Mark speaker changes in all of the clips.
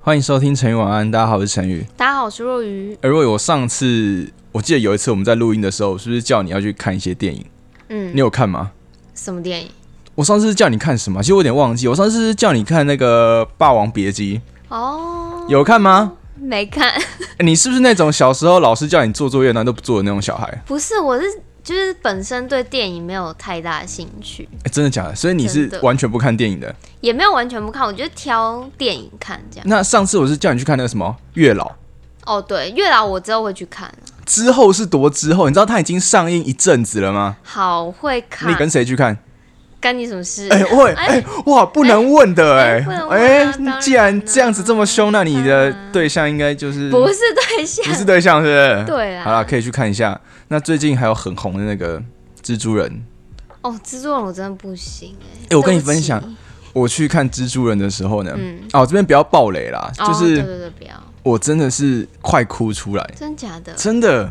Speaker 1: 欢迎收听成语晚安，大家好，我是陈宇。
Speaker 2: 大家好，我是若愚。
Speaker 1: 而若我上次我记得有一次我们在录音的时候，是不是叫你要去看一些电影？
Speaker 2: 嗯
Speaker 1: 你，有看吗？
Speaker 2: 什么电影？
Speaker 1: 我上次叫你看什么？其实我有点忘记。我上次是叫你看那个《霸王别姬》，
Speaker 2: 哦，
Speaker 1: 有看吗、
Speaker 2: 没看，
Speaker 1: 欸你是不是那种小时候老师叫你做作业然后都不做的那种小孩？
Speaker 2: 不是，我是就是本身对电影没有太大的兴趣，
Speaker 1: 欸真的假的？所以你是
Speaker 2: 真的
Speaker 1: 完全不看电影的。
Speaker 2: 也没有完全不看，我就挑电影看这样。
Speaker 1: 那上次我是叫你去看那个什么《月老》，
Speaker 2: 哦，对，月老我之后会去看，
Speaker 1: 之后是多之后，你知道它已经上映一阵子了吗？
Speaker 2: 好会看
Speaker 1: 你，跟谁去看？
Speaker 2: 干你什么事？
Speaker 1: 哎、喂，哎、哇，不能问的哎、
Speaker 2: 哎不能问啊
Speaker 1: 哎、
Speaker 2: 当然
Speaker 1: 既然这样子这么凶，那你的对象应该就是
Speaker 2: 啊嗯不是对象，
Speaker 1: 不是对象，啊是不是？
Speaker 2: 对啊
Speaker 1: 好
Speaker 2: 啦。
Speaker 1: 了，可以去看一下。那最近还有很红的那个蜘蛛人，
Speaker 2: 哦，蜘蛛人我真的不行哎、
Speaker 1: 哎我跟你
Speaker 2: 对不起
Speaker 1: 分享，我去看蜘蛛人的时候呢，
Speaker 2: 嗯，
Speaker 1: 哦，这边不要暴雷啦，
Speaker 2: 哦
Speaker 1: 就是
Speaker 2: 对对对，不要，
Speaker 1: 我真的是快哭出来，
Speaker 2: 真假的，
Speaker 1: 真的，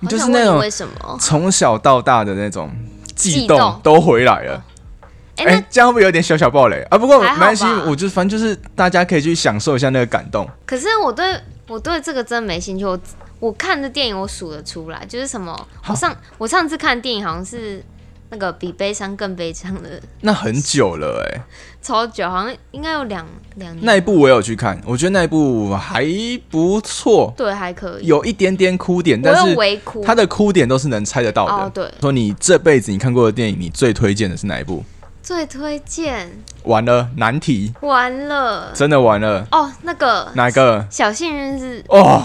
Speaker 2: 好
Speaker 1: 就是
Speaker 2: 想问
Speaker 1: 那
Speaker 2: 你
Speaker 1: 种
Speaker 2: 为什么？
Speaker 1: 从小到大的那种悸
Speaker 2: 悸
Speaker 1: 动
Speaker 2: 动
Speaker 1: 都回来了。
Speaker 2: 哎、
Speaker 1: 哎、这样会不会有点小小暴雷啊？不过没
Speaker 2: 还好
Speaker 1: 关系
Speaker 2: 吧，
Speaker 1: 我就反正就是大家可以去享受一下那个感动。
Speaker 2: 那可是我对我对这个真没兴趣，我我看的电影我数得出来，就是什么，我上我上次看的电影好像是那个比悲伤更悲伤的，
Speaker 1: 那很久了哎、
Speaker 2: 超久，好像应该有两两年，
Speaker 1: 那一部我有去看，我觉得那一部还不错，
Speaker 2: 对还可以，
Speaker 1: 有一点点哭点，
Speaker 2: 我
Speaker 1: 但
Speaker 2: 有
Speaker 1: 是
Speaker 2: 微哭，
Speaker 1: 它的哭点都是能猜得到的。
Speaker 2: 哦对
Speaker 1: 说你这辈子你看过的电影，你最推荐的是哪一部？
Speaker 2: 最推荐
Speaker 1: 完了，难题，
Speaker 2: 完了
Speaker 1: 真的完了，
Speaker 2: 哦，那个
Speaker 1: 哪个？
Speaker 2: 小幸运是
Speaker 1: 哦，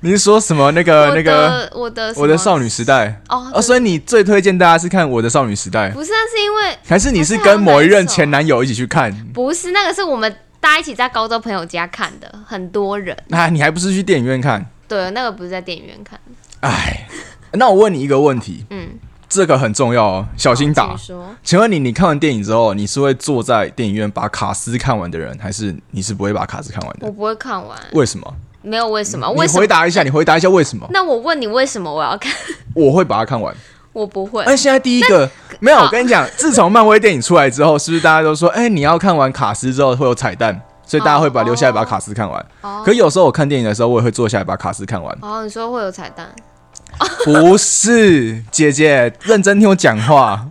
Speaker 1: 你是说什么？那个
Speaker 2: 我
Speaker 1: 呃那个，
Speaker 2: 的我的什
Speaker 1: 我的
Speaker 2: 么
Speaker 1: 少女时代。
Speaker 2: 哦
Speaker 1: 哦，所以你最推荐大家是看《我的少女时代》，
Speaker 2: 不是，那是因为
Speaker 1: 还是你是跟某一任前男友一起去看？
Speaker 2: 不是那个是我们大家一起在高中朋友家看的，很多人。
Speaker 1: 那、哎你还不是去电影院看？
Speaker 2: 对，那个不是在电影院看的。
Speaker 1: 哎， 那我问你一个问题，
Speaker 2: 嗯，
Speaker 1: 这个很重要哦，小心
Speaker 2: 好
Speaker 1: 打
Speaker 2: 请。说
Speaker 1: 请问你，你看完电影之后，你是会坐在电影院把卡斯看完的人，还是你是不会把卡斯看完
Speaker 2: 我
Speaker 1: 的？
Speaker 2: 不会看完，
Speaker 1: 为什么？
Speaker 2: 没有为什么？为
Speaker 1: 你
Speaker 2: 什
Speaker 1: 回
Speaker 2: 么？
Speaker 1: 答一下，你回答一下为什么？
Speaker 2: 那我问你，为什么我要看？
Speaker 1: 我会把它看完。
Speaker 2: 我不会。
Speaker 1: 哎，现在第一个没有，
Speaker 2: 好
Speaker 1: 我跟你讲，自从漫威电影出来之后，是不是大家都说，哎，你要看完卡斯之后会有彩蛋，所以大家会把
Speaker 2: 哦
Speaker 1: 留下来把卡斯看完。
Speaker 2: 哦
Speaker 1: 可有时候我看电影的时候，我也会坐下来把卡斯看完。
Speaker 2: 哦，你说会有彩蛋？
Speaker 1: 不是，姐姐，认真听我讲 话。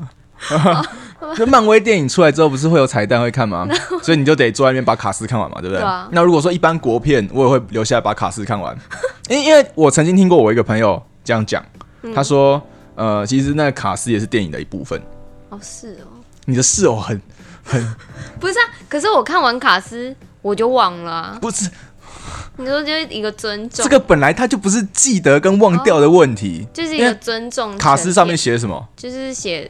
Speaker 1: 就漫威电影出来之后，不是会有彩蛋会看 吗？所以你就得坐在那边把卡斯看完嘛，对不对？
Speaker 2: 对啊
Speaker 1: 那如果说一般国片，我也会留下来把卡斯看完，因因为我曾经听过我一个朋友这样讲，
Speaker 2: 嗯
Speaker 1: 他说，呃，其实那个卡斯也是电影的一部分。
Speaker 2: 哦，是哦，
Speaker 1: 你的室友很
Speaker 2: 不是啊。可是我看完卡斯，我就忘了啊、
Speaker 1: 不是
Speaker 2: 你说就是一个尊重，
Speaker 1: 这个本来他就不是记得跟忘掉的问题，
Speaker 2: 就是一
Speaker 1: 因
Speaker 2: 个
Speaker 1: 为
Speaker 2: 尊重。
Speaker 1: 卡斯上面写什么？
Speaker 2: 就是写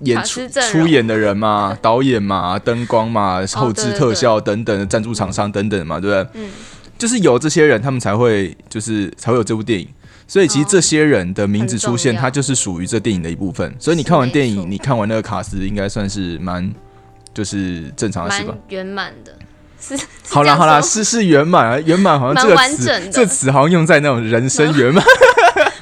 Speaker 1: 演
Speaker 2: 卡
Speaker 1: 出
Speaker 2: 斯阵
Speaker 1: 出
Speaker 2: 容哦
Speaker 1: 演的人 嘛，导演嘛，灯光嘛，后置
Speaker 2: 对对
Speaker 1: 特效等等，赞助厂商等等嘛，对不对？
Speaker 2: 嗯，
Speaker 1: 就是有这些人，他们才会就是才会有这部电影。所以其实
Speaker 2: 哦
Speaker 1: 这些人的名字
Speaker 2: 很重
Speaker 1: 出现，
Speaker 2: 要
Speaker 1: 它就是属于这电影的一部分。所以你看完电
Speaker 2: 是没
Speaker 1: 影，
Speaker 2: 错
Speaker 1: 你看完那个卡斯，应该算是蛮就是正常的事
Speaker 2: 蛮
Speaker 1: 吧？
Speaker 2: 圆满的。是，是
Speaker 1: 好啦
Speaker 2: 这样
Speaker 1: 好啦，
Speaker 2: 说
Speaker 1: 是是圆满啊，圆满好像这个
Speaker 2: 蛮完整
Speaker 1: 词这
Speaker 2: 的
Speaker 1: 词好像用在那种人生圆满。
Speaker 2: 吗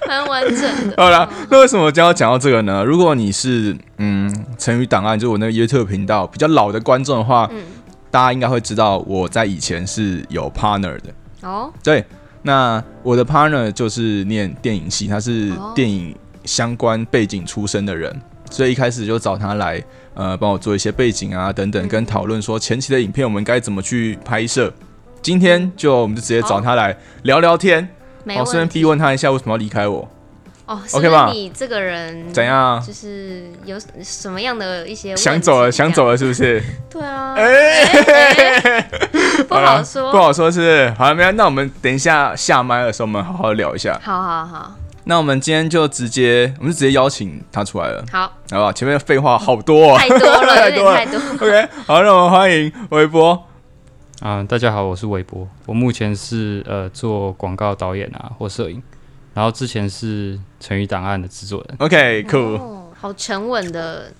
Speaker 2: 蛮完整的。
Speaker 1: 好啦，那为什么我今天要讲到这个呢？如果你是嗯成语档案，就是我那个 YouTube 频道比较老的观众的话，
Speaker 2: 嗯
Speaker 1: 大家应该会知道我在以前是有 partner 的。
Speaker 2: 哦，
Speaker 1: 对，那我的 partner 就是念电影系，他是
Speaker 2: 哦
Speaker 1: 电影相关背景出身的人，所以一开始就找他来呃帮我做一些背景啊等
Speaker 2: 嗯
Speaker 1: 等，跟讨论说前期的影片我们该怎么去拍摄。今天就我们就直接找他来聊聊天，
Speaker 2: 没
Speaker 1: 我顺便
Speaker 2: 问
Speaker 1: 逼
Speaker 2: 题。
Speaker 1: 问他一下为什么要离开我，
Speaker 2: 哦，是
Speaker 1: OK
Speaker 2: 不是
Speaker 1: 吧
Speaker 2: 你这个人
Speaker 1: 怎样？
Speaker 2: 就是有什么样的一些
Speaker 1: 想走了，想走
Speaker 2: 了，
Speaker 1: 了，是不是？
Speaker 2: 对啊，
Speaker 1: 哎、
Speaker 2: 不好说，
Speaker 1: 不好说，是不是？好了，没有，那我们等一下下麦的时候，我们好好聊一下。
Speaker 2: 好好好
Speaker 1: 那我们今天就直接，我们就直接邀请他出来了，
Speaker 2: 好，
Speaker 1: 好不好？前面废话好多、哦，
Speaker 2: 太多 了，
Speaker 1: 太
Speaker 2: 有点
Speaker 1: 多
Speaker 2: 太
Speaker 1: 了。
Speaker 2: 多。
Speaker 1: OK，好，让我们欢迎微博。
Speaker 3: 啊、大家好，我是韦博，我目前是呃做广告导演啊或摄影，然后之前是成语档案的制作人。
Speaker 1: OK，cool、
Speaker 2: 哦，好沉稳的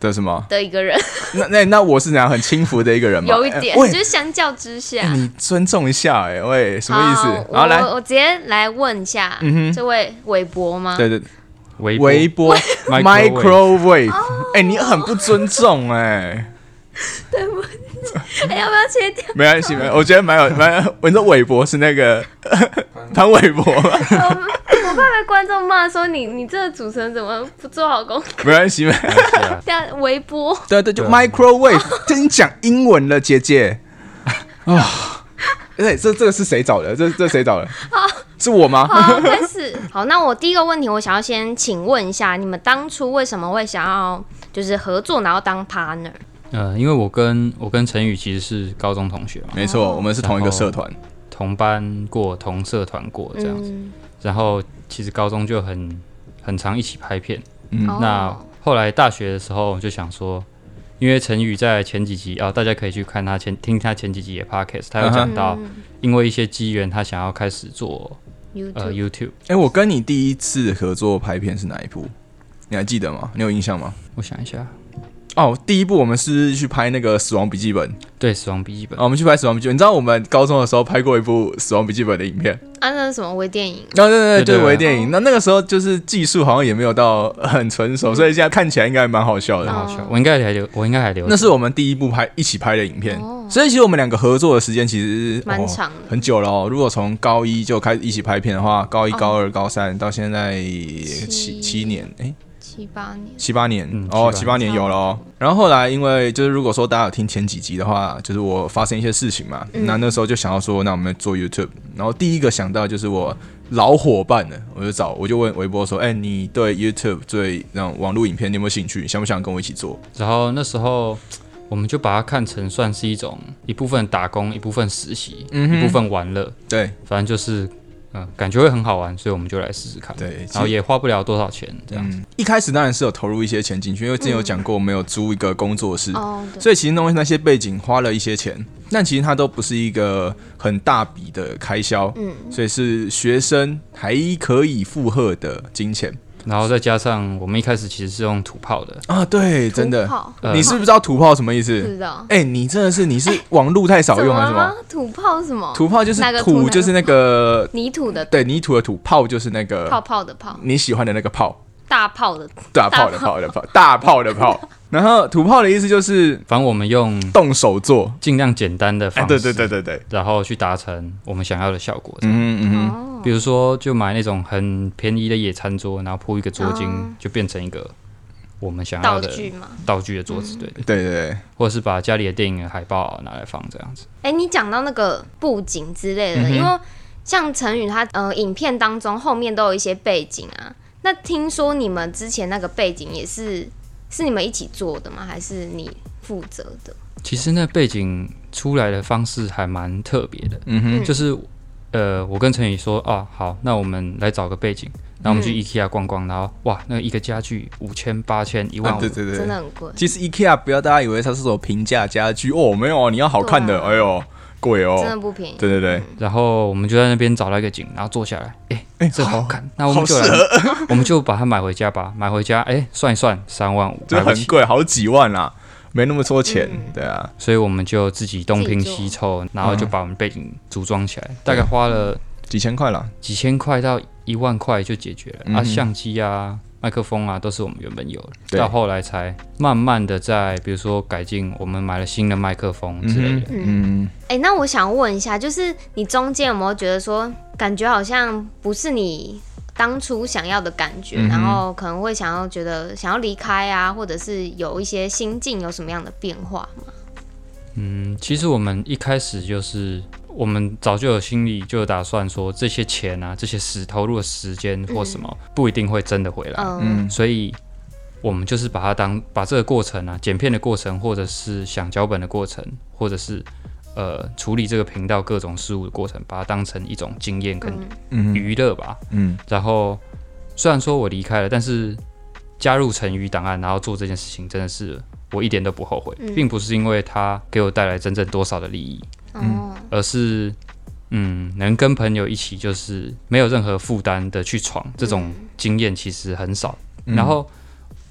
Speaker 1: 的什么？
Speaker 2: 的一个人，
Speaker 1: 那那那我是怎样很轻浮的一个人吗？
Speaker 2: 有一
Speaker 1: 哎
Speaker 2: 点，
Speaker 1: 喂
Speaker 2: 就，是相较之下
Speaker 1: 哎，你尊重一下、哎，喂，什么意思？
Speaker 2: 好
Speaker 1: 好，来
Speaker 2: 哦我，我直接来问一下
Speaker 1: 嗯哼，
Speaker 2: 这位韦伯吗？
Speaker 1: 对对，
Speaker 3: 微博
Speaker 1: 微波
Speaker 3: Microwave
Speaker 1: microwave，
Speaker 2: 哦
Speaker 1: 哎、你很不尊重哎、
Speaker 2: 哎要不要切掉？
Speaker 1: 没关系，没，我觉得蛮有蛮有。你说韦伯是那个 潘玮柏吗？
Speaker 2: 我们我怕被观众骂说你你这个主持人怎么不做 好功课？
Speaker 1: 没关系，没关系。
Speaker 3: 是啊，
Speaker 2: 这样微波，
Speaker 1: 对对，就
Speaker 3: 对
Speaker 1: microwave，跟你讲英文了，姐姐啊。对，这这个是谁找的？这这谁找的？是我吗？
Speaker 2: 好，开始。好，那我第一个问题，我想要先请问一下，你们当初为什么会想要就是合作，然后当 partner？
Speaker 3: 呃，因为我跟我跟陈宇其实是高中同学嘛，
Speaker 1: 没错，我们是同一个社团。
Speaker 3: 同班过、同社团过这样子。
Speaker 2: 嗯，
Speaker 3: 然后其实高中就很很常一起拍片。
Speaker 1: 嗯
Speaker 2: 哦
Speaker 3: 那后来大学的时候就想说，因为陈宇在前几集啊、大家可以去看他前听他前几集的 podcast，他有讲到，
Speaker 2: 嗯
Speaker 3: 因为一些机缘，他想要开始做呃
Speaker 2: YouTube
Speaker 3: YouTube。
Speaker 1: 哎、我跟你第一次合作拍片是哪一部？你还记得吗？你有印象吗？
Speaker 3: 我想一下，
Speaker 1: 哦，第一部我们是去拍那个《死亡笔记本》
Speaker 3: 对，《死亡笔记本》
Speaker 1: 啊，我们去拍《死亡笔记本》。你知道我们高中的时候拍过一部《死亡笔记本》的影片？
Speaker 2: 啊，那是什么微电影？
Speaker 1: 啊，对对对，
Speaker 3: 对
Speaker 1: 就是
Speaker 3: 对
Speaker 1: 微电影。那那个时候就是技术好像也没有到很成熟，所以现在看起来应该蛮好笑的。
Speaker 3: 蛮
Speaker 2: 哦
Speaker 3: 好笑，我应该还留，我应该还留着。
Speaker 1: 那是我们第一部拍一起拍的影片，
Speaker 2: 哦
Speaker 1: 所以其实我们两个合作的时间其实
Speaker 2: 蛮
Speaker 1: 哦
Speaker 2: 长的
Speaker 1: 很久了哦。如果从高一就开始一起拍片的话，高一、
Speaker 2: 哦
Speaker 1: 高二、高三到现在七七年，哎、
Speaker 2: 七八年，
Speaker 1: 七八年、
Speaker 3: 嗯
Speaker 1: 哦，七
Speaker 3: 七
Speaker 1: 八
Speaker 3: 八
Speaker 1: 年有了哦。然后后来因为就是如果说大家有听前几集的话，就是我发生一些事情嘛，那那时候就想要说，那我们做 YouTube。然后第一个想到就是我老伙伴了，我就找我就问微博说，哎、你对 YouTube 对那种网络影片你有没有兴趣？想不想跟我一起做？
Speaker 3: 然后那时候我们就把它看成算是一种一部分打工，一部分实习，
Speaker 1: 嗯哼
Speaker 3: 一部分玩乐，
Speaker 1: 对
Speaker 3: 反正就是嗯、呃感觉会很好玩，所以我们就来试试看。
Speaker 1: 对其
Speaker 3: 然后
Speaker 1: 实
Speaker 3: 也花不了多少钱，这样子。
Speaker 1: 嗯，一开始当然是有投入一些钱进去，因为之前有讲过，我们有租一个工作室，
Speaker 2: 哦，对，
Speaker 1: 所以其实弄那些背景花了一些钱，但其实它都不是一个很大笔的开销，
Speaker 2: 嗯，
Speaker 1: 所以是学生还可以负荷的金钱
Speaker 3: 然后再加上我们一开始其实是用土炮的，
Speaker 1: 啊。对，真的
Speaker 2: 土，炮
Speaker 3: 呃
Speaker 1: 你是不是知道土炮什么意
Speaker 2: 不
Speaker 1: 思？
Speaker 2: 知道
Speaker 1: 哎、你真的是你是网路太少
Speaker 2: 怎
Speaker 1: 用
Speaker 2: 么
Speaker 1: 还是什
Speaker 2: 了
Speaker 1: 么？？
Speaker 2: 土炮是什么？
Speaker 1: 土炮嗯就是
Speaker 2: 哪个土哪
Speaker 1: 土，
Speaker 2: 个
Speaker 1: 就是那个
Speaker 2: 泥土的
Speaker 1: 对泥土的土，炮就是那
Speaker 2: 泡
Speaker 1: 个
Speaker 2: 泡的泡，
Speaker 1: 你喜欢的那个炮，
Speaker 2: 大炮的
Speaker 1: 大炮的炮的炮，大炮的 炮。然后土炮的意思就是
Speaker 3: 反正我们用
Speaker 1: 动手做。
Speaker 3: 尽量简单的
Speaker 1: 哎，
Speaker 3: 方式，
Speaker 1: 对对对，对对，
Speaker 3: 然后去达成我们想要的效果。
Speaker 1: 嗯嗯嗯，
Speaker 2: 哦，
Speaker 3: 比如说，就买那种很便宜的野餐桌，然后铺一个桌巾，
Speaker 2: 哦
Speaker 3: 就变成一个我们想要
Speaker 2: 道
Speaker 3: 的
Speaker 2: 具嘛。
Speaker 3: 道具的桌
Speaker 2: 嗯
Speaker 3: 子，对，
Speaker 1: 对对对，
Speaker 3: 或者是把家里的电影的海报拿来放这样子。
Speaker 2: 哎、你讲到那个布景之类的，
Speaker 1: 嗯哼
Speaker 2: 因为像陈宇他呃，影片当中后面都有一些背景啊。那听说你们之前那个背景也是是你们一起做的吗？还是你负责的？
Speaker 3: 其实那背景出来的方式还蛮特别的，
Speaker 1: 嗯哼，
Speaker 3: 就是呃，我跟陈宇说啊，好，那我们来找个背景，然后我们去
Speaker 2: 嗯
Speaker 3: IKEA 逛逛，然后哇，那一个家具五千、八千、一万
Speaker 1: 啊
Speaker 3: 五
Speaker 1: 对，对
Speaker 2: 真
Speaker 1: 对
Speaker 2: 的。很贵。
Speaker 1: 其实 IKEA 不要大家以为它是什么平价家居哦，没有，你要好看的，
Speaker 2: 对啊
Speaker 1: 哎呦，贵
Speaker 2: 真的
Speaker 1: 哦。
Speaker 2: 不便宜，
Speaker 1: 对对对，
Speaker 3: 然后我们就在那边找到一个景，然后坐下来，哎、
Speaker 1: 哎
Speaker 3: 这好
Speaker 1: 好
Speaker 3: 看，那我们就
Speaker 1: 好适
Speaker 3: 来， 我们就把它买回家吧。买回家，哎、算一算，三万五，
Speaker 1: 这
Speaker 3: 买不
Speaker 1: 很
Speaker 3: 起。
Speaker 1: 贵，好几万啦，没那么多钱
Speaker 2: 嗯。
Speaker 1: 对啊，
Speaker 3: 所以我们就自己东拼
Speaker 2: 自己做
Speaker 3: 西凑，然后
Speaker 1: 嗯
Speaker 3: 就把我们背景组装起来，大概花了
Speaker 1: 几千块啦。
Speaker 3: 几千块到一万块就解决了。
Speaker 1: 嗯
Speaker 3: 啊，
Speaker 1: 哼
Speaker 3: 相机啊、麦克风啊，都是我们原本有的，
Speaker 1: 对
Speaker 3: 到后来才慢慢的在，比如说改进，我们买了新的麦克风之类的。
Speaker 1: 嗯，
Speaker 2: 哎、那我想问一下，就是你中间有没有觉得说，感觉好像不是你当初想要的感觉，
Speaker 1: 嗯哼
Speaker 2: 然后可能会想要觉得想要离开啊，或者是有一些心境有什么样的变化吗？
Speaker 3: 嗯，其实我们一开始就是，我们早就有心里就有打算说，这些钱啊，这些时投入的时间或什么，不一定会真的回来，
Speaker 2: 嗯
Speaker 1: 嗯
Speaker 3: 所以我们就是把它当把这个过程啊，剪片的过程，或者是想脚本的过程，或者是呃处理这个频道各种事务的过程，把它当成一种经验跟
Speaker 2: 嗯
Speaker 1: 嗯
Speaker 3: 娱乐吧。
Speaker 1: 嗯，
Speaker 3: 然后虽然说我离开了，但是加入成语档案，然后做这件事情，真的是我一点都不后悔，
Speaker 2: 嗯
Speaker 3: 并不是因为它给我带来真正多少的利益，
Speaker 1: 嗯
Speaker 2: 哦，
Speaker 3: 而是嗯，能跟朋友一起，就是没有任何负担的去闯，这种经验其实很少。然后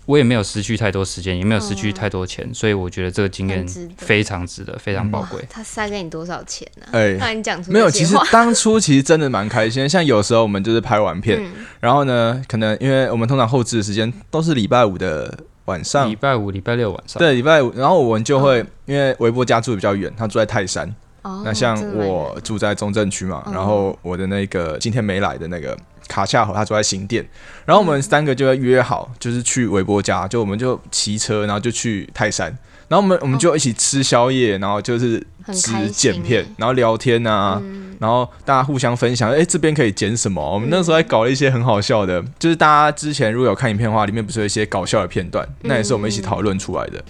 Speaker 3: 我也没有失去太多时间，也没有失去太多钱，所以我觉得这个经
Speaker 2: 嗯
Speaker 3: 验
Speaker 2: 很值得
Speaker 3: 非常值得，非常宝贵。
Speaker 2: 他塞给你多少钱呢、啊？
Speaker 1: 哎，
Speaker 2: 让你讲出
Speaker 1: 没有，
Speaker 2: 这
Speaker 1: 其
Speaker 2: 些
Speaker 1: 实
Speaker 2: 话，
Speaker 1: 当初其实真的蛮开心。像有时候
Speaker 2: 嗯
Speaker 1: 我们就是拍完片，然后呢，可能因为我们通常后置的时间都是礼拜五的晚上
Speaker 3: 礼，拜五、礼拜六晚上，
Speaker 1: 对，礼拜五，然后我们就
Speaker 2: 嗯
Speaker 1: 会，因为微波家住得比较远，他住在泰山，
Speaker 2: 哦，
Speaker 1: 那像
Speaker 2: 真的蛮远
Speaker 1: 我住在中正区嘛，
Speaker 2: 嗯
Speaker 1: 然后我的那个今天没来的那个卡恰和他住在新店，然后我们三个就会约好，就是去韦伯家，就我们就骑车，然后就去泰山，然后我们我们就一起吃宵夜，然后就是
Speaker 2: 哦很开
Speaker 1: 吃
Speaker 2: 心
Speaker 1: 剪片
Speaker 2: 欸，嗯
Speaker 1: 然后聊天啊，然后大家互相分享，哎、这边可以剪什么？我们那时候还搞了一些很好笑的，就是大家之前如果有看影片的话，里面不是有一些搞笑的片段，那也是我们一起讨论出来的。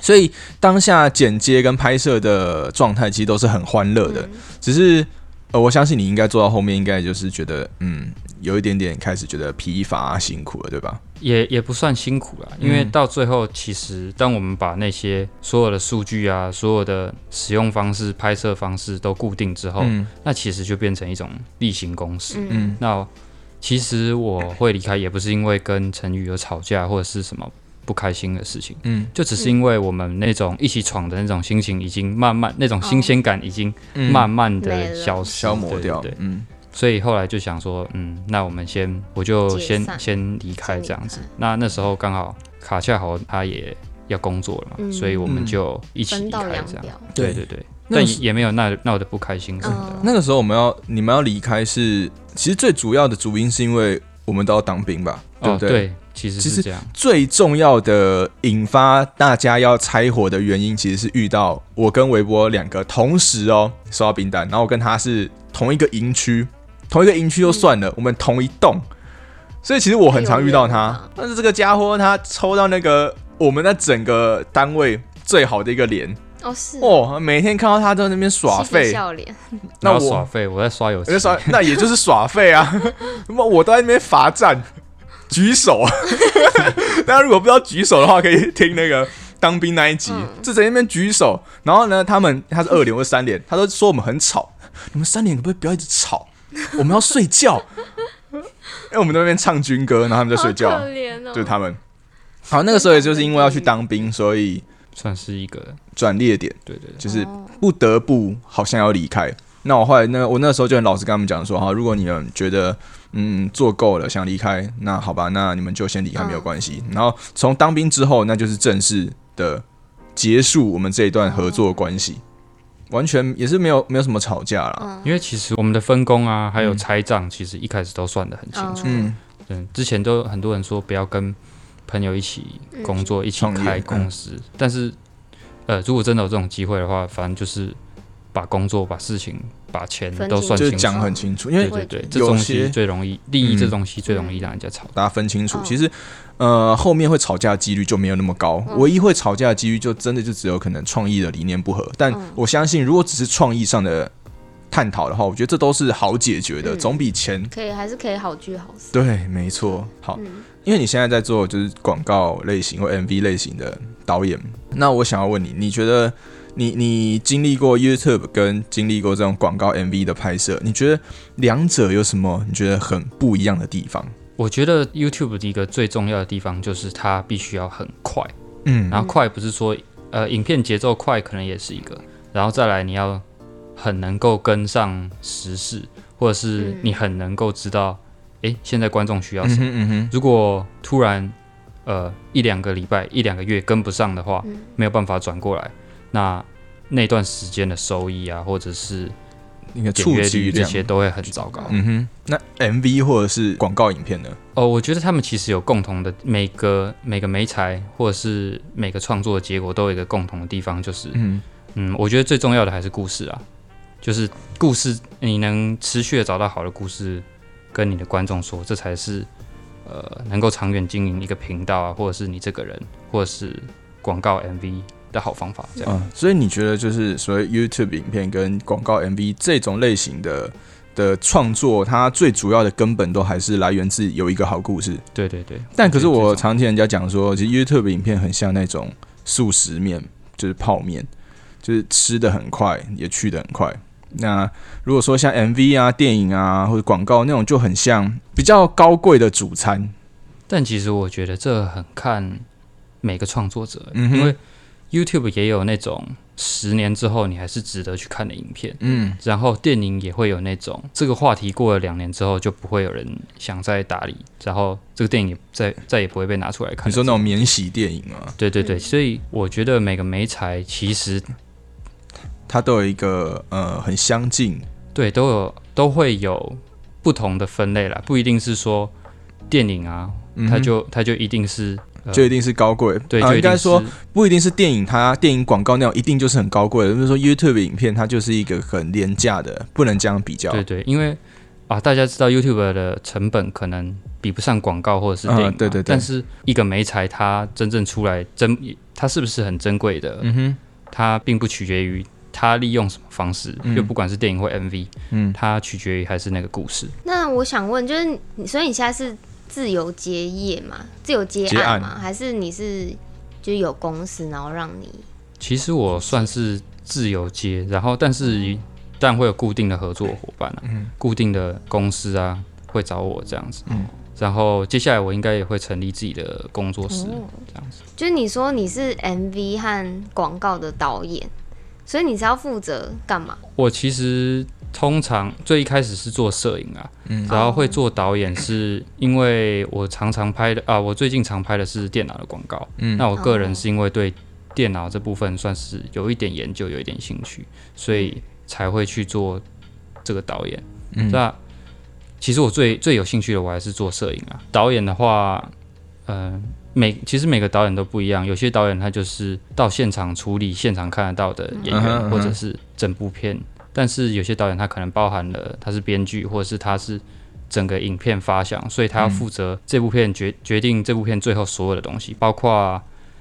Speaker 1: 所以当下剪接跟拍摄的状态其实都是很欢乐的，只是呃，我相信你应该做到后面，应该就是觉得嗯，有一点点开始觉得疲乏啊、辛苦了，对吧？
Speaker 3: 也也不算辛苦啦，因为
Speaker 1: 嗯
Speaker 3: 到最后，其实当我们把那些所有的数据啊、所有的使用方式、拍摄方式都固定之后，
Speaker 1: 嗯
Speaker 3: 那其实就变成一种例行公事。
Speaker 1: 嗯
Speaker 3: 那其实我会离开，也不是因为跟陈宇有吵架或者是什么不开心的事情，
Speaker 1: 嗯
Speaker 3: 就只是因为我们那种一起闯的那种心情，已经慢慢那种新鲜感已经
Speaker 1: 嗯
Speaker 3: 慢慢
Speaker 2: 没
Speaker 3: 的
Speaker 2: 哦了
Speaker 3: 消失、
Speaker 1: 消磨掉，
Speaker 3: 对对对
Speaker 1: 嗯
Speaker 3: 所以后来就想说，嗯，那我们先，我就
Speaker 2: 解
Speaker 3: 先
Speaker 2: 散
Speaker 3: 先离开这样子
Speaker 2: 先离开。
Speaker 3: 那那时候刚好卡恰豪他也要工作了嘛，
Speaker 2: 嗯
Speaker 3: 所以我们就一起
Speaker 2: 分
Speaker 3: 离
Speaker 2: 道
Speaker 3: 开
Speaker 2: 扬
Speaker 3: 这样。
Speaker 2: 镳。
Speaker 1: 对
Speaker 3: 对对对，
Speaker 1: 那
Speaker 3: 但
Speaker 1: 是
Speaker 3: 也也没有闹闹得不开心什么的。
Speaker 2: 嗯，
Speaker 1: 那个时候我们要你们要离开是，其实最主要的主因是因为我们都要当兵吧，对
Speaker 3: 哦，
Speaker 1: 不对？
Speaker 3: 对，其实
Speaker 1: 其
Speaker 3: 是
Speaker 1: 实
Speaker 3: 这样。
Speaker 1: 最重要的引发大家要拆伙的原因，其实是遇到我跟韦伯两个同时哦收到兵单，然后我跟他是同一个营区，同一个营区就算了，我们同一栋，所以其实我很常遇到
Speaker 2: 太有缘
Speaker 1: 他
Speaker 2: 了吧。
Speaker 1: 但是这个家伙他抽到那个我们那整个单位最好的一个连
Speaker 2: 哦是
Speaker 1: 哦，每天看到他在那边耍
Speaker 2: 嬉皮
Speaker 1: 废，
Speaker 2: 笑脸，
Speaker 1: 那
Speaker 3: 然
Speaker 1: 我
Speaker 3: 后耍废，我在刷游
Speaker 1: 我
Speaker 3: 戏
Speaker 1: 就，说那也就是耍废啊，那么我都在那边罚站，举手。 大家如果不知道举手的话，可以听那个当兵那一集，
Speaker 2: 嗯
Speaker 1: 就在那边举手。然后呢，他们他是二连或是三连，他都说我们很吵，你们三连可不可以不要一直吵？我们要睡觉。 因为我们在那边唱军歌，然后他们在睡
Speaker 2: 好
Speaker 1: 觉
Speaker 2: 可，怜哦，
Speaker 1: 就是他们。好，那个时候也就是因为要去当兵，所以
Speaker 3: 算是一个，
Speaker 1: 转捩点。
Speaker 3: 对对对，
Speaker 1: 就是
Speaker 2: 哦
Speaker 1: 不得不好像要离开。那我后来那我那时候就很老实跟他们讲说，哈，如果你们觉得嗯做够了想离开，那好吧，那你们就先离开
Speaker 2: 嗯
Speaker 1: 没有关系。然后从当兵之后，那就是正式的结束我们这一段合作关系，
Speaker 2: 嗯
Speaker 1: 完全也是没有没有什么吵架啦。
Speaker 3: 因为其实我们的分工啊，还有拆账，其实一开始都算得很清楚。
Speaker 2: 嗯
Speaker 1: 嗯
Speaker 3: 嗯，之前都很多人说不要跟朋友一起工作、一起
Speaker 1: 创业嗯
Speaker 3: 开公司，但是呃，如果真的有这种机会的话，反正就是把工作、把事情、把钱
Speaker 2: 分
Speaker 3: 都
Speaker 2: 清
Speaker 3: 算
Speaker 1: 嗯就
Speaker 3: 清
Speaker 1: 是
Speaker 3: 楚。
Speaker 1: 讲很清楚，因
Speaker 3: 对
Speaker 1: 为
Speaker 3: 对对，
Speaker 1: 有
Speaker 3: 这东西
Speaker 1: 些
Speaker 3: 最容易，利益
Speaker 1: 嗯
Speaker 3: 这东西最容易让人家吵。
Speaker 1: 大家分清楚
Speaker 2: 嗯。
Speaker 1: 其实，呃，后面会吵架的几率就没有那么高，
Speaker 2: 嗯
Speaker 1: 唯一会吵架的几率就真的就只有可能创意的理念不合。但
Speaker 2: 嗯
Speaker 1: 我相信，如果只是创意上的探讨的话，我觉得这都是好解决的，
Speaker 2: 嗯
Speaker 1: 总比钱。
Speaker 2: 可以还是可以好聚好散。
Speaker 1: 对，没错。好，
Speaker 2: 嗯
Speaker 1: 因为你现在在做就是广告类型或 MV 类型的导演，那我想要问你，你觉得你你经历过 YouTube 跟经历过这种广告 MV 的拍摄，你觉得两者有什么你觉得很不一样的地方？
Speaker 3: 我觉得 YouTube 的一个最重要的地方就是它必须要很快，
Speaker 1: 嗯
Speaker 3: 然后快不是说呃影片节奏快可能也是一个，然后再来你要很能够跟上时事，或者是你很能够知道，诶，现在观众需要什
Speaker 1: 嗯
Speaker 3: 么。
Speaker 1: 哼嗯哼。
Speaker 3: 如果突然呃一两个礼拜、一两个月跟不上的话，
Speaker 1: 嗯
Speaker 3: 没有办法转过来，那那段时间的收益啊，或者是
Speaker 1: 你的
Speaker 3: 点
Speaker 1: 触
Speaker 3: 阅
Speaker 1: 及
Speaker 3: 率这
Speaker 1: 量。
Speaker 3: 些都会很糟糕。
Speaker 1: 嗯哼，那 MV 或者是广告影片呢？
Speaker 3: 哦，我觉得他们其实有共同的每个每个媒材或者是每个创作的结果都有一个共同的地方，就是
Speaker 1: 嗯
Speaker 3: 嗯，我觉得最重要的还是故事啊，就是故事你能持续的找到好的故事，跟你的观众说，这才是呃能够长远经营一个频道啊，或者是你这个人，或者是广告 MV 的好方法。这样，
Speaker 1: 啊，所以你觉得就是所谓 YouTube 影片跟广告 MV 这种类型的的创作，它最主要的根本都还是来源自有一个好故事。
Speaker 3: 对对对。
Speaker 1: 但可是我
Speaker 3: 觉得这种
Speaker 1: 常听人家讲说，其实 YouTube 影片很像那种速食面，就是泡面，就是吃的很快，也去的很快。那如果说像 MV 啊、电影啊或者广告那种，就很像比较高贵的主餐。
Speaker 3: 但其实我觉得这很看每个创作者，
Speaker 1: 嗯哼
Speaker 3: 因为 YouTube 也有那种十年之后你还是值得去看的影片，
Speaker 1: 嗯，
Speaker 3: 然后电影也会有那种这个话题过了两年之后就不会有人想再打理，然后这个电影也再再也不会被拿出来看。
Speaker 1: 你说那种免洗电影啊，
Speaker 3: 对对对，
Speaker 2: 嗯
Speaker 3: 所以我觉得每个媒材其实
Speaker 1: 它都有一个呃很相近，
Speaker 3: 对都有都会有不同的分类啦，不一定是说电影啊，
Speaker 1: 嗯哼
Speaker 3: 它就它就一定是、呃
Speaker 1: 就一定是高贵。
Speaker 3: 对，
Speaker 1: 啊
Speaker 3: 就一
Speaker 1: 应
Speaker 3: 定
Speaker 1: 该
Speaker 3: 是
Speaker 1: 说不一定是电影它，电影广告那种一定就是很高贵的。就是说 YouTube 影片，它就是一个很廉价的，不能这样比较。
Speaker 3: 对对，因为啊，大家知道 YouTube 的成本可能比不上广告或者是电影嘛、
Speaker 1: 嗯对对对
Speaker 3: 但是一个媒材它真正出来珍，它是不是很珍贵的？
Speaker 1: 嗯哼，
Speaker 3: 它并不取决于它利用什么方式，
Speaker 1: 嗯
Speaker 3: 就不管是电影或 MV，
Speaker 1: 嗯，
Speaker 3: 它取决于还是那个故事。
Speaker 2: 那我想问，就是你，所以你现在是自由结业嘛？自由结
Speaker 1: 结案
Speaker 2: 案嘛？还是你是就是有公司，然后让你
Speaker 3: 其实我算是自由接，然后但是但会有固定的合作伙伴啊，固定的公司啊会找我这样子。
Speaker 1: 嗯
Speaker 3: 然后接下来我应该也会成立自己的工作室，
Speaker 2: 哦
Speaker 3: 这样子。
Speaker 2: 就是你说你是 MV 和广告的导演，所以你是要负责干嘛？
Speaker 3: 我其实通常最一开始是做摄影啊，
Speaker 1: 嗯
Speaker 3: 然后会做导演，是因为我常常拍的啊，我最近常拍的是电脑的广告。
Speaker 1: 嗯
Speaker 3: 那我个人是因为对电脑这部分算是有一点研究，有一点兴趣，所以才会去做这个导演。
Speaker 1: 嗯
Speaker 3: 那其实我最最有兴趣的，我还是做摄影啊。导演的话，呃，每其实每个导演都不一样，有些导演他就是到现场处理现场看得到的演
Speaker 1: 嗯哼嗯
Speaker 3: 员，
Speaker 1: 哼
Speaker 3: 或者是整部片。但是有些导演他可能包含了他是编剧，或者是他是整个影片发想，所以他要
Speaker 1: 嗯
Speaker 3: 负责这部片决决定这部片最后所有的东西，包括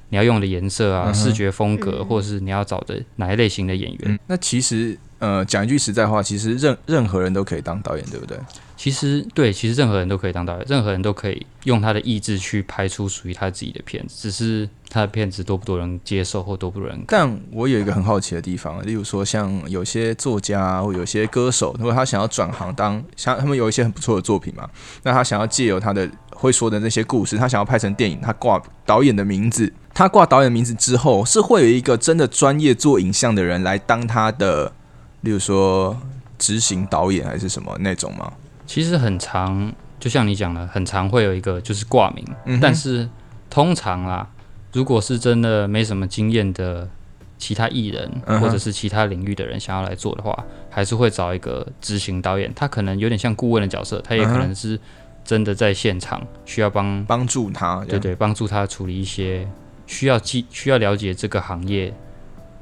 Speaker 3: 你要用的颜色啊、
Speaker 1: 嗯哼
Speaker 3: 视觉风格，或者是你要找的哪一类型的演员。
Speaker 1: 嗯，那其实呃，讲一句实在话，其实任任何人都可以当导演，对不对？
Speaker 3: 其实对，其实任何人都可以当导演，任何人都可以用他的意志去拍出属于他自己的片子，只是他的片子多不多人接受或多不多人看。
Speaker 1: 但我有一个很好奇的地方，例如说像有些作家啊或有些歌手，如果他想要转行当，像他们有一些很不错的作品嘛，那他想要借由他的会说的那些故事，他想要拍成电影，他挂导演的名字，他挂导演的名字之后，是会有一个真的专业做影像的人来当他的，例如说执行导演还是什么那种吗？
Speaker 3: 其实很常，就像你讲的，很常会有一个就是挂名，
Speaker 1: 嗯哼
Speaker 3: 但是通常啦，如果是真的没什么经验的其他艺人、
Speaker 1: 嗯哼
Speaker 3: 或者是其他领域的人想要来做的话，还是会找一个执行导演，他可能有点像顾问的角色，他也
Speaker 1: 嗯哼
Speaker 3: 可能是真的在现场需要帮，
Speaker 1: 帮助他，
Speaker 3: 对，对，帮助他处理一些需要记需要了解这个行业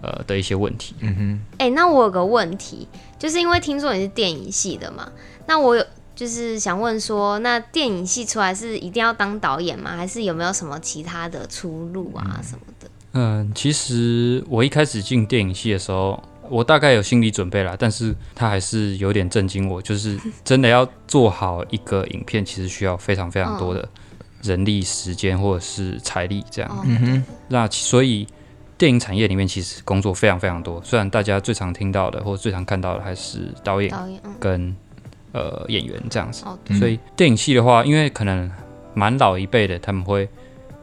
Speaker 3: 呃的一些问题。
Speaker 1: 嗯哼。
Speaker 2: 哎、那我有个问题，就是因为听说你是电影系的嘛，那我有就是想问说，那电影系出来是一定要当导演吗？还是有没有什么其他的出路啊什么的？
Speaker 3: 嗯，其实我一开始进电影系的时候，我大概有心理准备啦，但是他还是有点震惊我，就是真的要做好一个影片，其实需要非常非常多的人力、时间或者是财力这样。
Speaker 2: 哦，
Speaker 3: 那其所以电影产业里面其实工作非常非常多，虽然大家最常听到的或最常看到的还是导演
Speaker 2: 导演，嗯，
Speaker 3: 跟呃演员这样子。
Speaker 2: 哦，
Speaker 1: 嗯
Speaker 3: 所以电影系的话，因为可能蛮老一辈的，他们会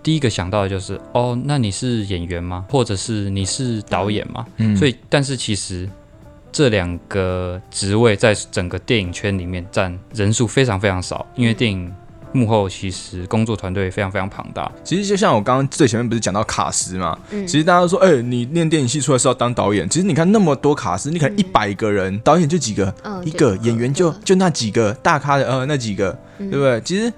Speaker 3: 第一个想到的就是哦，那你是演员吗？或者是你是导演吗？
Speaker 1: 嗯
Speaker 3: 所以，但是其实这两个职位在整个电影圈里面占人数非常非常少，因为电影幕后其实工作团队非常非常庞大。
Speaker 1: 其实就像我刚刚最前面不是讲到卡斯嘛，
Speaker 2: 嗯
Speaker 1: 其实大家都说，哎、你念电影系出来是要当导演。其实你看那么多卡斯，你可能一百个人，导演就几个，
Speaker 2: 嗯嗯
Speaker 1: 一个演员就就那几个大咖的，呃，那几个，对不对？其实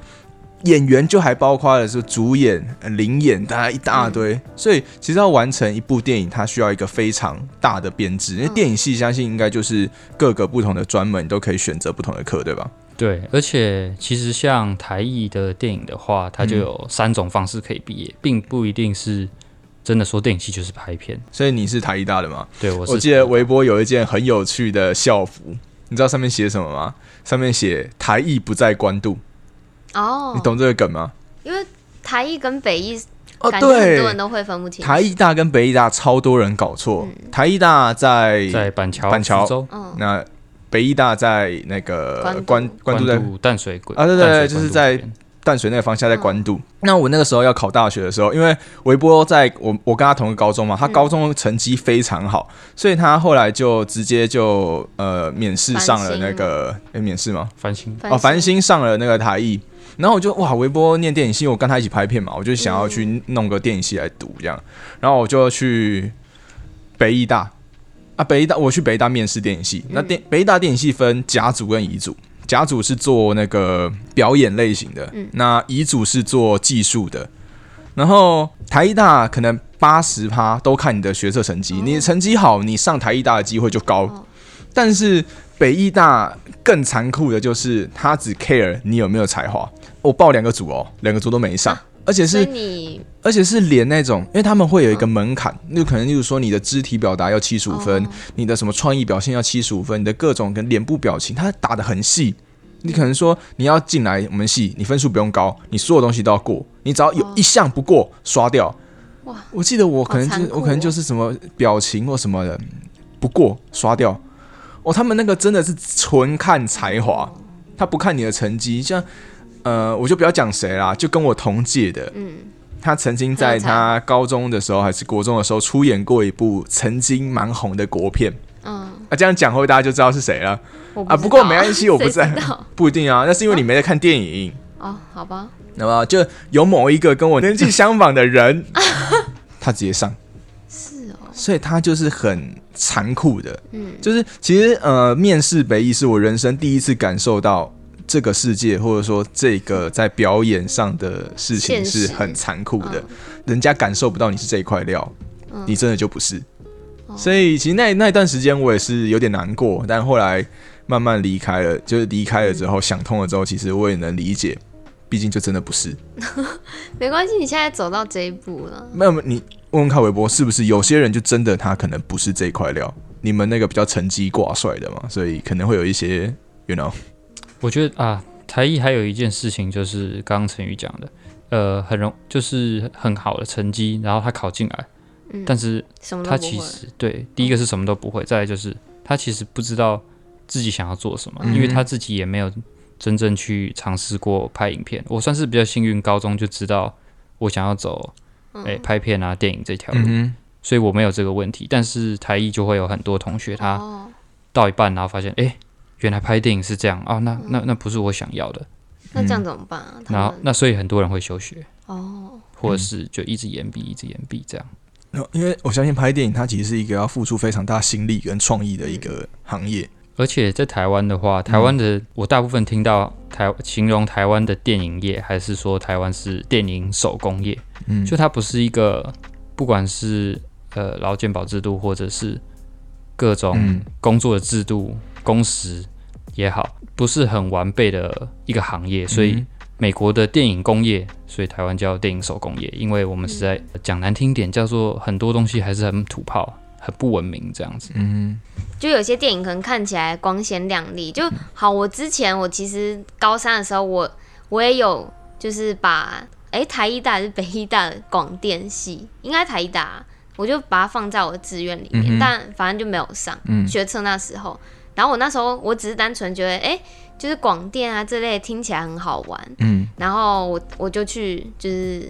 Speaker 1: 演员就还包括了是主演、呃零演，大家一大堆。
Speaker 2: 嗯
Speaker 1: 所以其实要完成一部电影，它需要一个非常大的编
Speaker 2: 嗯
Speaker 1: 制。因为电影系相信应该就是各个不同的专门都可以选择不同的课，对吧？
Speaker 3: 对，而且其实像台艺的电影的话，它就有
Speaker 1: 嗯
Speaker 3: 三种方式可以毕业，并不一定是真的说电影系就是拍片。
Speaker 1: 所以你是台艺大的嘛？
Speaker 3: 对我是
Speaker 1: 我记得微波有一件很有趣的校服，你知道上面写什么吗？上面写“台艺不在官渡”，
Speaker 2: 哦，
Speaker 1: 你懂这个梗吗？
Speaker 2: 因为台艺跟北艺，
Speaker 1: 哦，
Speaker 2: 感觉很多
Speaker 1: 对
Speaker 2: 人，都会分不清。
Speaker 1: 台艺大跟北艺大超多人搞错，台艺大在
Speaker 3: 在板桥、
Speaker 1: 板桥
Speaker 3: 福州
Speaker 2: 嗯，
Speaker 1: 那北艺大在那个
Speaker 2: 关
Speaker 1: 关
Speaker 2: 渡
Speaker 1: 关渡在
Speaker 3: 关渡淡水滚
Speaker 1: 啊对对对
Speaker 3: 淡水
Speaker 1: 就是
Speaker 3: 关渡
Speaker 1: 在
Speaker 3: 这边
Speaker 1: 淡水那个方向在
Speaker 2: 嗯
Speaker 1: 关渡。那我那个时候要考大学的时候，因为微波在我我跟他同一个高
Speaker 2: 嗯
Speaker 1: 中嘛，他高中成绩非常好，所以他后来就直接就呃免试上了那个诶免试吗？
Speaker 3: 繁星
Speaker 1: 哦，繁星上了那个台艺，然后我就哇，微波念电影系，我跟他一起拍片嘛，我就想要去弄个电影系来读这样，然后我就去北艺大啊，北艺大我去北艺大面试电影系，那电北艺大电影系分甲组跟乙组，甲组是做那个表演类型的，那乙组是做技术的，然后台艺大可能八十趴都看你的学测成绩，
Speaker 2: 哦
Speaker 1: 你的成绩好，你上台艺大的机会就高，但是北艺大更残酷的就是，他只 care 你有没有才华。我报两个组哦，两个组都没上，而且
Speaker 2: 啊所以
Speaker 1: 是
Speaker 2: 你
Speaker 1: 而且是连那种，因为他们会有一个门槛，
Speaker 2: 嗯
Speaker 1: 那、可能例如说你的肢体表达要七十五
Speaker 2: 哦
Speaker 1: 分，你的什么创意表现要七十五分，你的各种跟脸部表情，他打得很细。你可能说你要进来我们系，你分数不用高，你所有东西都要过，你只要有一项不过，刷掉。
Speaker 2: 哇！
Speaker 1: 我记得我可能
Speaker 2: 好残
Speaker 1: 就
Speaker 2: 酷
Speaker 1: 我可能
Speaker 2: 哦
Speaker 1: 就是什么表情或什么的不过刷掉。哦，他们那个真的是纯看才华，他不看你的成绩。像呃，我就不要讲谁啦，就跟我同届的，
Speaker 2: 嗯，
Speaker 1: 他曾经在他高中的时候还是国中的时候出演过一部曾经蛮红的国片
Speaker 2: 嗯，
Speaker 1: 啊，这样讲后大家就知道是谁了
Speaker 2: 我知
Speaker 1: 啊。
Speaker 2: 道
Speaker 1: 不过没关系， 我不
Speaker 2: 谁
Speaker 1: 在
Speaker 2: 知道，
Speaker 1: 不一定啊，那是因为你没在看电影，
Speaker 2: 哦，好吧，
Speaker 1: 那么就有某一个跟我年纪相仿的人， 他直接上，
Speaker 2: 是哦，
Speaker 1: 所以他就是很残酷的，嗯，就是其实呃，面试北艺是我人生第一次感受到。这个世界，或者说这个在表演上的事情
Speaker 2: 现实
Speaker 1: 是很残酷的，
Speaker 2: 嗯
Speaker 1: 人家感受不到你是这一块料，你真的就不是。
Speaker 2: 哦
Speaker 1: 所以其实那那一段时间我也是有点难过，但后来慢慢离开了，就是离开了之后、想通了之后，其实我也能理解，毕竟就真的不是。
Speaker 2: 没关系，你现在走到这一步了，
Speaker 1: 没有你问问看韦伯是不是有些人就真的他可能不是这一块料，你们那个比较成绩挂帅的嘛，所以可能会有一些，you know，
Speaker 3: 我觉得啊，台艺还有一件事情就是刚刚陈宇讲的，呃，很容就是很好的成绩，然后他考进来，
Speaker 2: 嗯
Speaker 3: 但是
Speaker 2: 什么都
Speaker 3: 他
Speaker 2: 不
Speaker 3: 其
Speaker 2: 会。
Speaker 3: 实对第一个是什么都不会，再来就是他其实不知道自己想要做什么，
Speaker 1: 嗯
Speaker 3: 因为他自己也没有真正去尝试过拍影片。我算是比较幸运，高中就知道我想要走
Speaker 2: 嗯
Speaker 3: 诶、拍片啊电影这条路，
Speaker 1: 嗯
Speaker 3: 所以我没有这个问题。但是台艺就会有很多同学他
Speaker 2: 哦，
Speaker 3: 到一半然后发现诶。原来拍电影是这样哦，那
Speaker 2: 嗯
Speaker 3: 那那不是我想要的。
Speaker 2: 那这样怎么办啊？他
Speaker 3: 嗯然后
Speaker 2: 们
Speaker 3: 那所以很多人会休学，
Speaker 2: 哦，
Speaker 3: 或者是就一直延毕，一直延毕这样。
Speaker 1: 哼，因为我相信拍电影它其实是一个要付出非常大心力跟创意的一个行业，
Speaker 3: 而且在台湾的
Speaker 2: 嗯
Speaker 3: 话，台湾的、我大部分听到台形容台湾的电影业，还是说台湾是电影手工业，
Speaker 1: 嗯
Speaker 3: 就它不是一个不管是呃劳健保制度，或者是各种
Speaker 1: 嗯
Speaker 3: 工作的制度、工时也好，不是很完备的一个行业，所以
Speaker 1: 嗯
Speaker 3: 美国的电影工业，所以台湾叫电影手工业，因为我们实在
Speaker 1: 嗯
Speaker 3: 讲难听点，叫做很多东西还是很土炮、很不文明这样子。
Speaker 1: 嗯
Speaker 2: 就有些电影可能看起来光鲜亮丽，就好。我之前我其实高三的时候我，我也有就是把哎、台一大还是北一大的广电系，应该台一大啊，我就把它放在我的志愿里面，
Speaker 1: 嗯哼
Speaker 2: 但反正就没有上。
Speaker 1: 嗯
Speaker 2: 学测那时候，然后我那时候我只是单纯觉得哎、就是广电啊这类听起来很好玩，
Speaker 1: 嗯
Speaker 2: 然后我我就去就是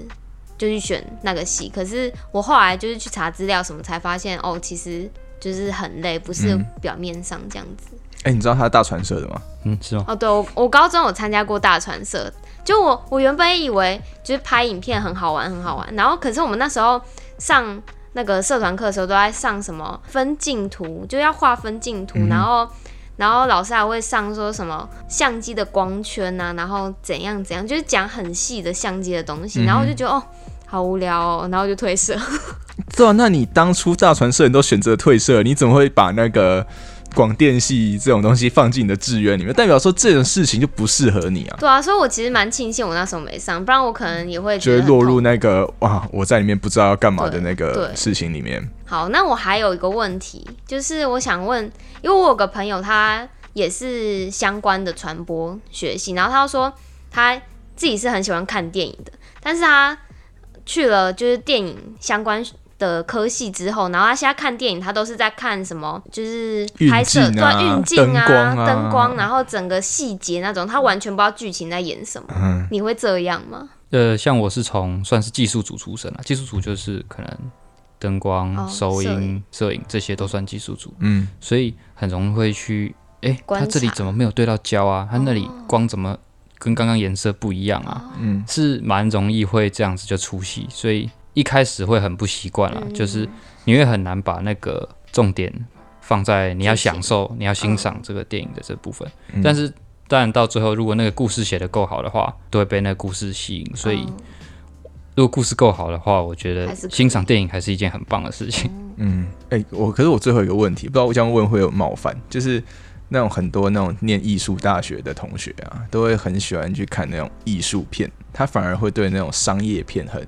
Speaker 2: 就去选那个系，可是我后来就是去查资料什么，才发现哦，其实就是很累，不是
Speaker 1: 嗯
Speaker 2: 表面上这样子。
Speaker 1: 哎、你知道他是大传社的吗？
Speaker 3: 嗯，是吗？
Speaker 2: 哦，对，我我高中有参加过大传社，就我我原本以为就是拍影片很好玩很好玩，然后可是我们那时候上那个社团课的时候都在上什么分镜图，就要画分镜图，然后。然后老师还会上说什么相机的光圈啊，然后怎样怎样，就是讲很细的相机的东西。然后我就觉得哦，好无聊哦，然后就退社。
Speaker 1: 对啊，那你当初大传社你都选择退社，你怎么会把那个广电系这种东西放进你的志愿里面？代表说这种事情就不适合你啊，
Speaker 2: 对啊，所以我其实蛮庆幸我那时候没上，不然我可能也会
Speaker 1: 就
Speaker 2: 觉
Speaker 1: 会
Speaker 2: 得很
Speaker 1: 落
Speaker 2: 痛苦
Speaker 1: 入那个哇，我在里面不知道要干嘛的
Speaker 2: 对
Speaker 1: 那个
Speaker 2: 对
Speaker 1: 事情里面。
Speaker 2: 好，那我还有一个问题，就是我想问，因为我有个朋友，他也是相关的传播学系，然后他说他自己是很喜欢看电影的，但是他去了就是电影相关的科系之后，然后他现在看电影，他都是在看什么，就是
Speaker 1: 运
Speaker 2: 拍摄
Speaker 1: 镜
Speaker 2: 对
Speaker 1: 啊
Speaker 2: 运镜
Speaker 1: 灯光啊
Speaker 2: 灯光，然后整个细节那种，他完全不知道剧情在演什么。
Speaker 1: 嗯
Speaker 2: 你会这样吗？
Speaker 3: 呃，像我是从算是技术组出身啊，技术组就是可能灯光、
Speaker 2: 哦
Speaker 3: 收
Speaker 2: 摄
Speaker 3: 音
Speaker 2: 影、
Speaker 3: 摄影这些都算技术组，
Speaker 1: 嗯，
Speaker 3: 所以很容易会去，哎、
Speaker 2: 观
Speaker 3: 他这里
Speaker 2: 察哦
Speaker 3: 怎么没有对到焦啊？他那里光怎么跟刚刚颜色不一样啊？
Speaker 1: 嗯，
Speaker 3: 是蛮容易会这样子就出戏，所以一开始会很不习惯
Speaker 2: 嗯
Speaker 3: 啦，就是你会很难把那个重点放在你要享受、你要欣
Speaker 2: 嗯
Speaker 3: 赏这个电影的这部分。
Speaker 1: 嗯
Speaker 3: 但是，当然到最后，如果那个故事写得够好的话，都会被那个故事吸引。所以，如果故事够好的话，我觉
Speaker 2: 嗯还
Speaker 3: 得
Speaker 2: 是可以嗯
Speaker 3: 欣赏电影还是一件很棒的事情。
Speaker 1: 哎、我可是我最后一个问题，不知道我这样问会有冒犯，就是那种很多那种念艺术大学的同学啊，都会很喜欢去看那种艺术片，他反而会对那种商业片很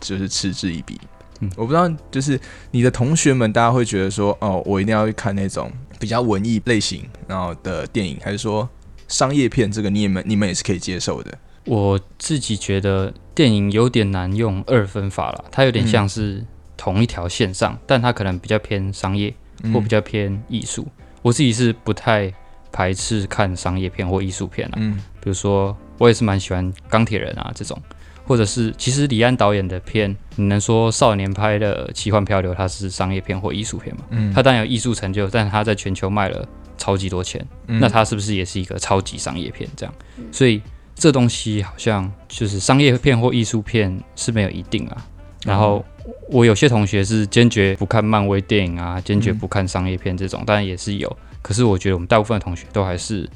Speaker 1: 就是嗤之以鼻。
Speaker 3: 嗯
Speaker 1: 我不知道，就是你的同学们，大家会觉得说，哦，我一定要去看那种比较文艺类型然后的电影，还是说商业片这个你们你们也是可以接受的？
Speaker 3: 我自己觉得电影有点难用二分法啦，它有
Speaker 2: 嗯
Speaker 3: 点像是同一条线上，但它可能比较偏商业
Speaker 2: 嗯
Speaker 1: 嗯
Speaker 3: 或比较偏艺术。我自己是不太排斥看商业片或艺术片啦，啊
Speaker 1: 嗯
Speaker 3: 比如说我也是蛮喜欢钢铁人啊这种，或者是其实李安导演的片，你能说少年拍的《奇幻漂流》它是商业片或艺术片吗？
Speaker 1: 嗯
Speaker 3: 它当然有艺术成就，但它在全球卖了超级多钱，
Speaker 1: 嗯
Speaker 3: 那它是不是也是一个超级商业片这样？所以这东西好像就是商业片或艺术片是没有一定啊。然后
Speaker 1: 嗯
Speaker 3: 我有些同学是坚决不看漫威电影啊，坚决不看商业片这种，当然也是有。可是我觉得我们大部分的同学都还是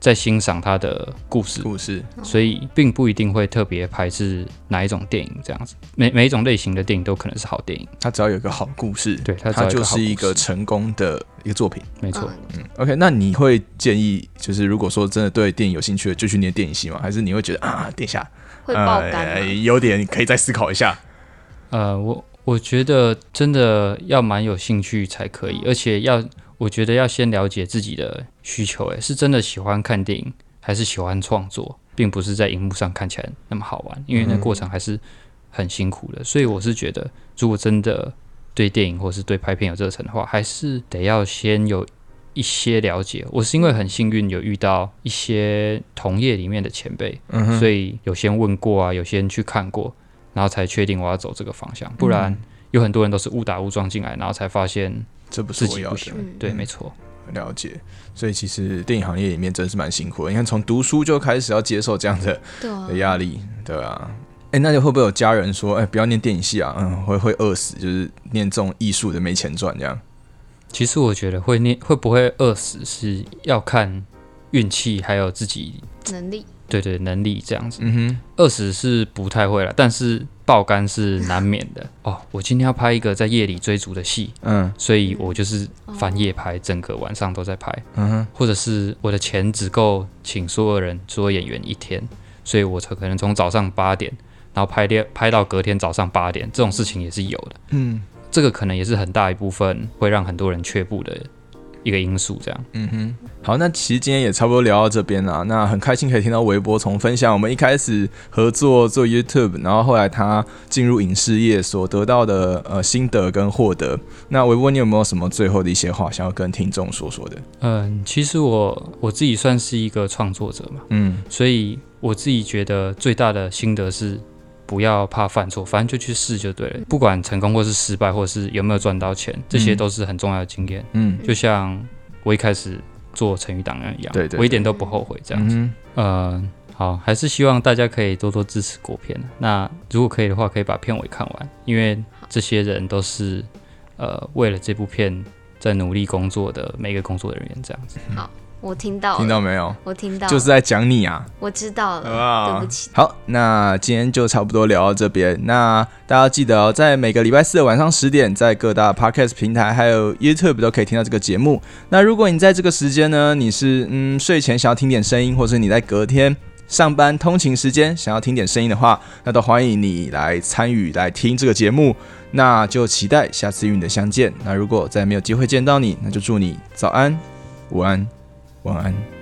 Speaker 3: 在欣赏他的故事，
Speaker 1: 故事，
Speaker 3: 所以并不一定会特别排斥哪一种电影这样子。每每一种类型的电影都可能是好电影，
Speaker 1: 他只要有一个好故事，
Speaker 3: 对它只
Speaker 1: 它
Speaker 3: 要有一个
Speaker 1: 就
Speaker 3: 好
Speaker 1: 是一
Speaker 3: 故
Speaker 1: 个
Speaker 3: 事
Speaker 1: 成功的一个作品。
Speaker 3: 没错。
Speaker 2: 嗯
Speaker 1: OK，那你会建议，就是如果说真的对电影有兴趣的，就去念电影系吗？还是你会觉得啊，殿下
Speaker 2: 会爆肝吗？
Speaker 1: 呃，有点可以再思考一下。
Speaker 3: 呃，我我觉得真的要蛮有兴趣才可以，而且要我觉得要先了解自己的需求，诶，是真的喜欢看电影，还是喜欢创作，并不是在荧幕上看起来那么好玩，因为那过程还是很辛苦的。所以我是觉得，如果真的对电影或是对拍片有热忱的话，还是得要先有。一些了解，我是因为很幸运有遇到一些同业里面的前辈，
Speaker 1: 嗯哼
Speaker 3: 所以有些人问过啊，有些人去看过，然后才确定我要走这个方向，不然有很多人都是误打误撞进来，然后才发现
Speaker 1: 这不是
Speaker 3: 自
Speaker 1: 我
Speaker 3: 己
Speaker 1: 要
Speaker 3: 不
Speaker 1: 的，
Speaker 3: 行。对，没错，
Speaker 1: 了解。所以其实电影行业里面真是蛮辛苦的。你看，从读书就开始要接受这样的
Speaker 2: 对啊
Speaker 1: 的，压力，对啊。哎、那就会不会有家人说，哎、不要念电影系啊，嗯，会会饿死，就是念这种艺术的没钱赚这样。
Speaker 3: 其实我觉得会念会不会饿死是要看运气，还有自己
Speaker 2: 能力
Speaker 3: 对对能力这样子。
Speaker 1: 嗯哼，
Speaker 3: 饿死是不太会了，但是爆肝是难免的 哦。我今天要拍一个在夜里追逐的戏，
Speaker 1: 嗯
Speaker 3: 所以我就是翻夜拍，整个晚上都在拍。
Speaker 1: 嗯哼，
Speaker 3: 或者是我的钱只够请所有人、所有演员一天，所以我才可能从早上八点，然后拍练拍到隔天早上八点，这种事情也是有的。
Speaker 1: 嗯
Speaker 3: 这个可能也是很大一部分会让很多人却步的一个因素。这样，
Speaker 1: 嗯哼，好，那其实今天也差不多聊到这边啦。那很开心可以听到韦伯从分享我们一开始合作做 YouTube，然后后来他进入影视业所得到的呃心得跟获得。那韦伯，你有没有什么最后的一些话想要跟听众说说的？
Speaker 3: 嗯，其实我我自己算是一个创作者嘛，
Speaker 1: 嗯
Speaker 3: 所以我自己觉得最大的心得是。不要怕犯错，反正就去试就对了。不管成功或是失败，或是有没有赚到钱，这些
Speaker 1: 嗯
Speaker 3: 都是很重要的经验。
Speaker 1: 嗯
Speaker 3: 就像我一开始做成语档案一样，
Speaker 1: 对对对
Speaker 3: 我一点都不后悔这样子。
Speaker 1: 嗯
Speaker 3: 呃，好，还是希望大家可以多多支持国片。那如果可以的话，可以把片尾看完，因为这些人都是呃为了这部片在努力工作的每一个工作人员这样子。
Speaker 2: 我听
Speaker 1: 哼，
Speaker 2: 到了，
Speaker 1: 听到没有？
Speaker 2: 我听到了，
Speaker 1: 就是在讲你啊。
Speaker 2: 我知道了，
Speaker 1: 啊
Speaker 2: 对不起，
Speaker 1: 好，那今天就差不多聊到这边。那大家记得哦，在每个礼拜四的晚上十点，在各大 podcast 平台还有 YouTube 都可以听到这个节目。那如果你在这个时间呢，你是嗯睡前想要听点声音，或是你在隔天。上班通勤时间想要听点声音的话，那都欢迎你来参与来听这个节目。那就期待下次与你的相见。那如果再没有机会见到你，那就祝你早安、午安、晚安，